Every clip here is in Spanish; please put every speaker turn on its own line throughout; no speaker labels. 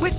With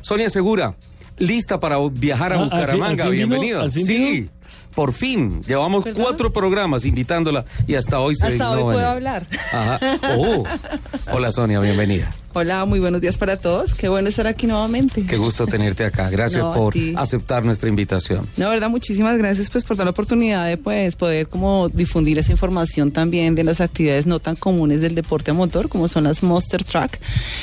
Sonia Segura, lista para viajar a
Ah, al fin-
Bucaramanga.
al fin vino,
Bienvenida.
al fin
sí, por fin. Llevamos
¿Perdona?
cuatro programas invitándola y hasta hoy se
Hasta
dignó
hoy
venir.
puedo hablar.
Ajá. Oh. Hola Sonia, bienvenida.
Hola, muy buenos días para todos. Qué bueno estar aquí nuevamente.
Qué gusto tenerte acá. Gracias
No, a
por
ti.
aceptar nuestra invitación.
No, verdad, muchísimas gracias pues por dar la oportunidad de pues poder como difundir esa información también de las actividades no tan comunes del deporte a motor como son las Monster Truck.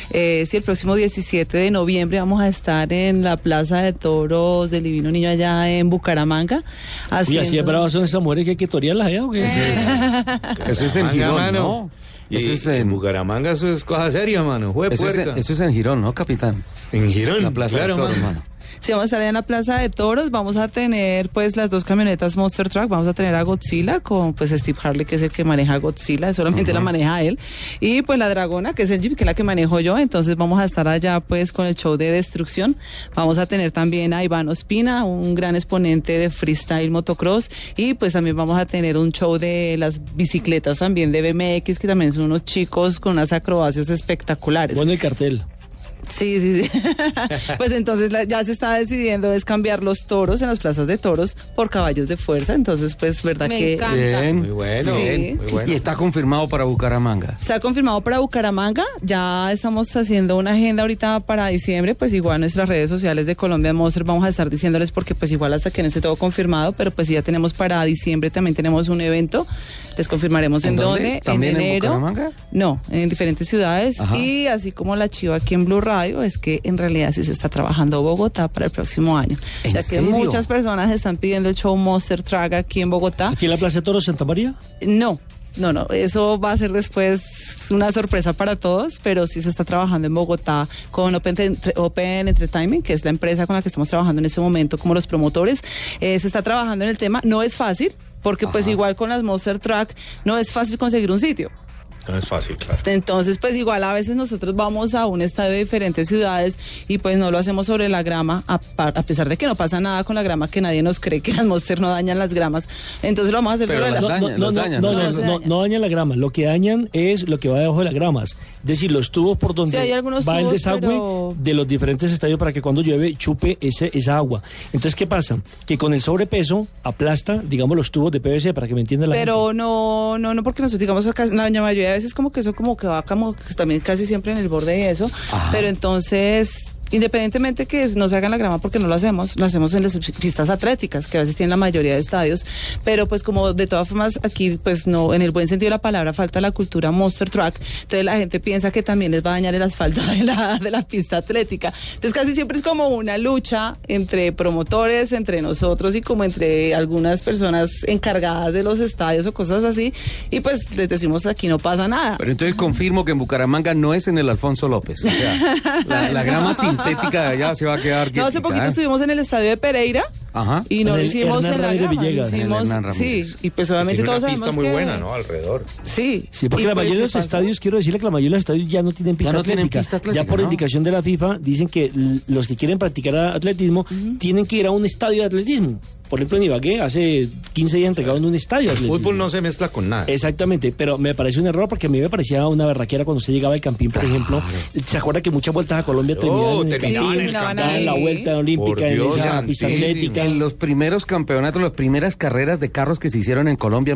Eh, sí, el próximo 17 de noviembre vamos a estar en la Plaza de Toros del Divino Niño allá en Bucaramanga.
Y así de
haciendo-
bravas son esas mujeres que hay que torearlas allá o qué?
Eso es en
Bucaramanga,
Girón,
mano.
¿no?
Y,
Eso es
en
en,
Bucaramanga eso es cosa seria, mano. Jue
eso es en-
puerca.
eso es en Girón, ¿no, capitán?
en Girón,
La plaza
claro,
de todos,
mano.
hermano.
Sí, vamos a estar allá en la Plaza de Toros, vamos a tener pues las dos camionetas Monster Truck, vamos a tener a Godzilla con pues Steve Harley que es el que maneja Godzilla, solamente la maneja él, y pues la Dragona que es el Jeep que es la que manejo yo, entonces vamos a estar allá pues con el show de destrucción, vamos a tener también a Iván Ospina, un gran exponente de freestyle motocross, y pues también vamos a tener un show de las bicicletas también de BMX que también son unos chicos con unas acrobacias espectaculares.
Bueno, el cartel.
Sí, sí, sí. pues entonces la- ya se está decidiendo es cambiar los toros en las plazas de toros por caballos de fuerza. Entonces, pues, verdad
Me
que
encanta.
Bien.
Muy bueno,
Sí.
Bien.
muy bueno.
Y está confirmado para Bucaramanga.
está confirmado para Bucaramanga. Ya estamos haciendo una agenda ahorita para diciembre. Pues igual nuestras redes sociales de Colombia Monster vamos a estar diciéndoles porque pues igual hasta que no esté todo confirmado, pero pues ya tenemos para diciembre también tenemos un evento. Les confirmaremos en,
¿En dónde? ¿También en
en enero.
Bucaramanga?
No, en diferentes ciudades
Ajá.
y así como la chiva aquí en Blue Radio es que en realidad sí se está trabajando Bogotá para el próximo año.
¿En
ya
serio?
que muchas personas están pidiendo el show Monster Traga aquí en Bogotá.
Aquí en la Plaza de Toros Santa María.
No, no, no, eso va a ser después una sorpresa para todos, pero sí se está trabajando en Bogotá con Open, Entre- Open Entertainment, que es la empresa con la que estamos trabajando en este momento como los promotores. Eh, se está trabajando en el tema, no es fácil. Porque pues igual con las Monster Track no es fácil conseguir un sitio.
No es fácil, claro.
Entonces, pues igual a veces nosotros vamos a un estadio de diferentes ciudades y pues no lo hacemos sobre la grama, a, pa- a pesar de que no pasa nada con la grama, que nadie nos cree que las monster no dañan las gramas. Entonces lo vamos a hacer
Pero
sobre
las
la-
dañan, las dañan,
No,
las
no,
dañan.
no, no, no dañan la grama. Lo que dañan es lo que va debajo de las gramas. Es decir, los tubos por donde
Sí, hay algunos
va el
tubos,
desagüe
pero-
de los diferentes estadios para que cuando llueve chupe ese, esa agua. Entonces, ¿qué pasa? Que con el sobrepeso aplasta, digamos, los tubos de PVC para que me entienda la
Pero
gente.
no, no, no, porque nosotros digamos acá, la mayoría de veces como que eso como que va como que también casi siempre en el borde y eso. Pero entonces, independientemente que es- no se hagan la grama porque no lo hacemos, lo hacemos en las pistas atléticas, que a veces tienen la mayoría de estadios. Pero pues como de todas formas aquí, pues no, en el buen sentido de la palabra, falta la cultura monster truck. Entonces la gente piensa que también les va a dañar el asfalto de la, de la pista atlética. Entonces casi siempre es como una lucha entre promotores, entre nosotros y como entre algunas personas encargadas de los estadios o cosas así. Y pues les decimos aquí no pasa nada.
Pero entonces confirmo que en Bucaramanga no es en el Alfonso López. O sea, la, la grama sintética de allá se va a quedar
No, hace
quietica,
poquito
¿eh?
estuvimos en el estadio de Pereira
Ajá.
y no lo
En el
hicimos
Hernán
en la
Ramírez
grama, lo
Villegas.
En el
hicimos-
Hernán Ramírez.
sí, y pues obviamente
Tiene
todos
una
sabemos
pista muy
que-
buena, ¿no? Alrededor.
Sí,
Sí, porque
y
la
pues
mayoría de los
se pasó.
estadios, quiero decirle que la mayoría de los estadios ya no tienen pista
no
atlética.
tienen pista atlética,
ya por
¿no?
indicación de la FIFA dicen que l- los que quieren practicar a- atletismo tienen que ir a un estadio de atletismo. Por ejemplo, en Ibagué hace 15 días entregaron un estadio de
El
atletismo.
fútbol no se mezcla con nada.
Exactamente, pero me parece un error porque a mí me parecía una berraquera cuando usted llegaba al Campín, por ejemplo. ¿Se acuerda que muchas vueltas a Colombia
Oh,
terminaban en el
terminaban
Campín?
en el
Campín.
Daban la vuelta
Por
olímpica en
Dios
esa pista
santísimo.
atlética.
En los primeros campeonatos, las primeras carreras de carros que se hicieron en Colombia,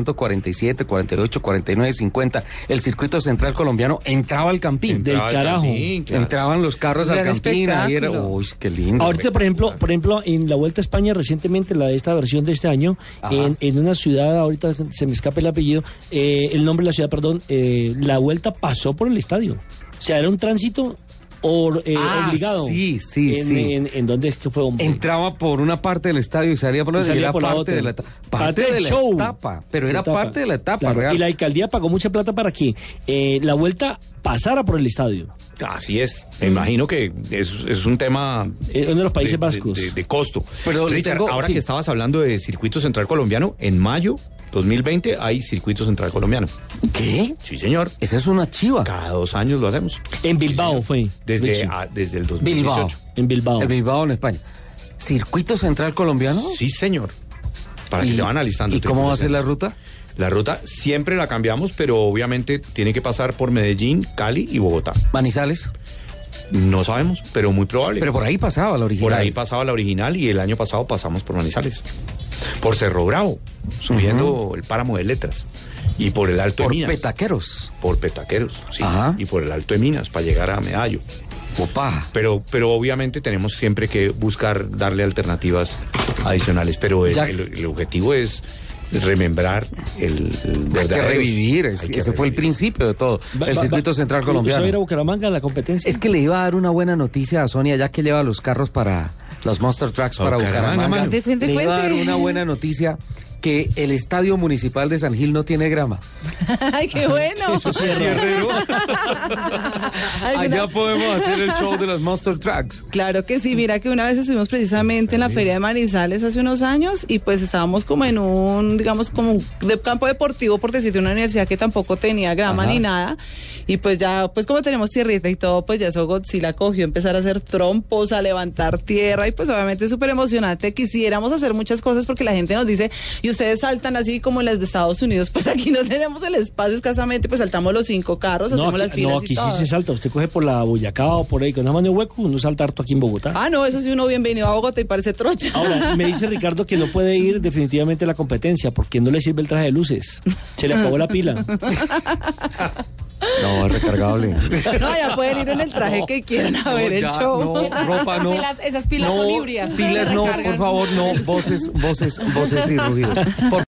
1947, 48, 49, 50, el circuito central colombiano entraba al Campín.
del
Entraba al
carajo.
Campín, claro.
Entraban los carros al
Gran
Campín. Ahí era,
espectáculo.
uy, qué lindo.
Ahorita, por ejemplo, por ejemplo, en la Vuelta a España recientemente, la de esta versión de este año,
Ajá.
en, en una ciudad, ahorita se me escapa el apellido, eh, el nombre de la ciudad, perdón, eh, la Vuelta pasó por el estadio. O sea, era un tránsito o, eh,
Ah,
obligado.
sí, sí,
en,
sí.
En, en dónde es que fue? hombre?
Entraba por una parte del estadio y salía por la,
Y
otra, y
salía
era
por la
parte
otra.
de la etapa. Parte
del
de la
show.
etapa, pero era
Etapa.
parte de la etapa
Claro,
real.
Y la alcaldía pagó mucha plata para que eh, la vuelta pasara por el estadio.
Así es. Me imagino que es, es un tema.
Es uno de los Países
de-
Vascos.
De, de costo.
Pero le
Richard,
tengo-
ahora
sí.
que estabas hablando de Circuito Central Colombiano, en mayo 2020 hay Circuito Central Colombiano.
¿Qué?
Sí, señor.
Esa es una chiva.
Cada dos años lo hacemos.
En Bilbao fue.
Desde,
Richie.
ah, desde el
Bilbao.
2018.
En Bilbao.
El Bilbao en España. Circuito Central Colombiano.
Sí, señor. Para que
¿Y-
se van analizando.
¿Y cómo va a ser la ruta?
La ruta siempre la cambiamos, pero obviamente tiene que pasar por Medellín, Cali y Bogotá.
Manizales.
No sabemos, pero muy probable.
Pero por ahí pasaba la original.
Por ahí pasaba la original y el año pasado pasamos por Manizales. Por Cerro Bravo, subiendo el páramo de letras. Y por el Alto
Por
de Minas.
petaqueros.
por Petaqueros, sí.
Ajá.
Y por el Alto de Minas para llegar a Medallo.
Opa.
Pero, pero obviamente tenemos siempre que buscar darle alternativas adicionales. Pero el,
Ya-
el- el objetivo es remembrar el,
Hay que
verdadero-
revivir. es-
hay que
ese fue el
revivir.
principio de todo.
Va-
el
va-
Circuito
va-
Central
¿Usted va a ir a
Colombiano.
Bucaramanga a la competencia?
Es que le iba a dar una buena noticia a Sonia, ya que lleva los carros para los Monster Trucks para
Bucaramanga,
Bucaramanga.
mano.
Le
Cuente, cuente,
iba a dar
cuente.
una buena noticia que el estadio municipal de San Gil no tiene grama.
Ay, qué bueno.
Allá podemos hacer el show de los Monster Trucks.
Claro que sí, mira que una vez estuvimos precisamente en la feria de Manizales hace unos años y pues estábamos como en un, digamos, como un de- campo deportivo por decirte una universidad que tampoco tenía grama
Ajá.
ni nada y pues ya, pues como tenemos tierrita y todo, pues ya eso Godzilla cogió a empezar a hacer trompos, a levantar tierra y pues obviamente es súper emocionante, quisiéramos hacer muchas cosas porque la gente nos dice y ustedes saltan así como en las de Estados Unidos, pues aquí no tenemos el espacio escasamente, pues saltamos los cinco carros,
no,
hacemos las
aquí,
filas
no,
y
aquí sí
todo.
se salta. Usted coge por la Boyacá o por ahí con una mano de hueco, uno salta harto aquí en Bogotá.
Ah, no, eso sí, uno bienvenido a Bogotá y parece trocha.
Ahora, me dice Ricardo que no puede ir definitivamente a la competencia porque no le sirve el traje de luces. Se le acabó la pila.
No, recargable.
No, ya pueden ir en el traje que quieran a ver el
ya,
show.
No, ropa no.
pilas- esas pilas
No,
son híbridas, esas
Pilas no,
recargan.
por favor, no. Voces, voces, voces y ruidos. Por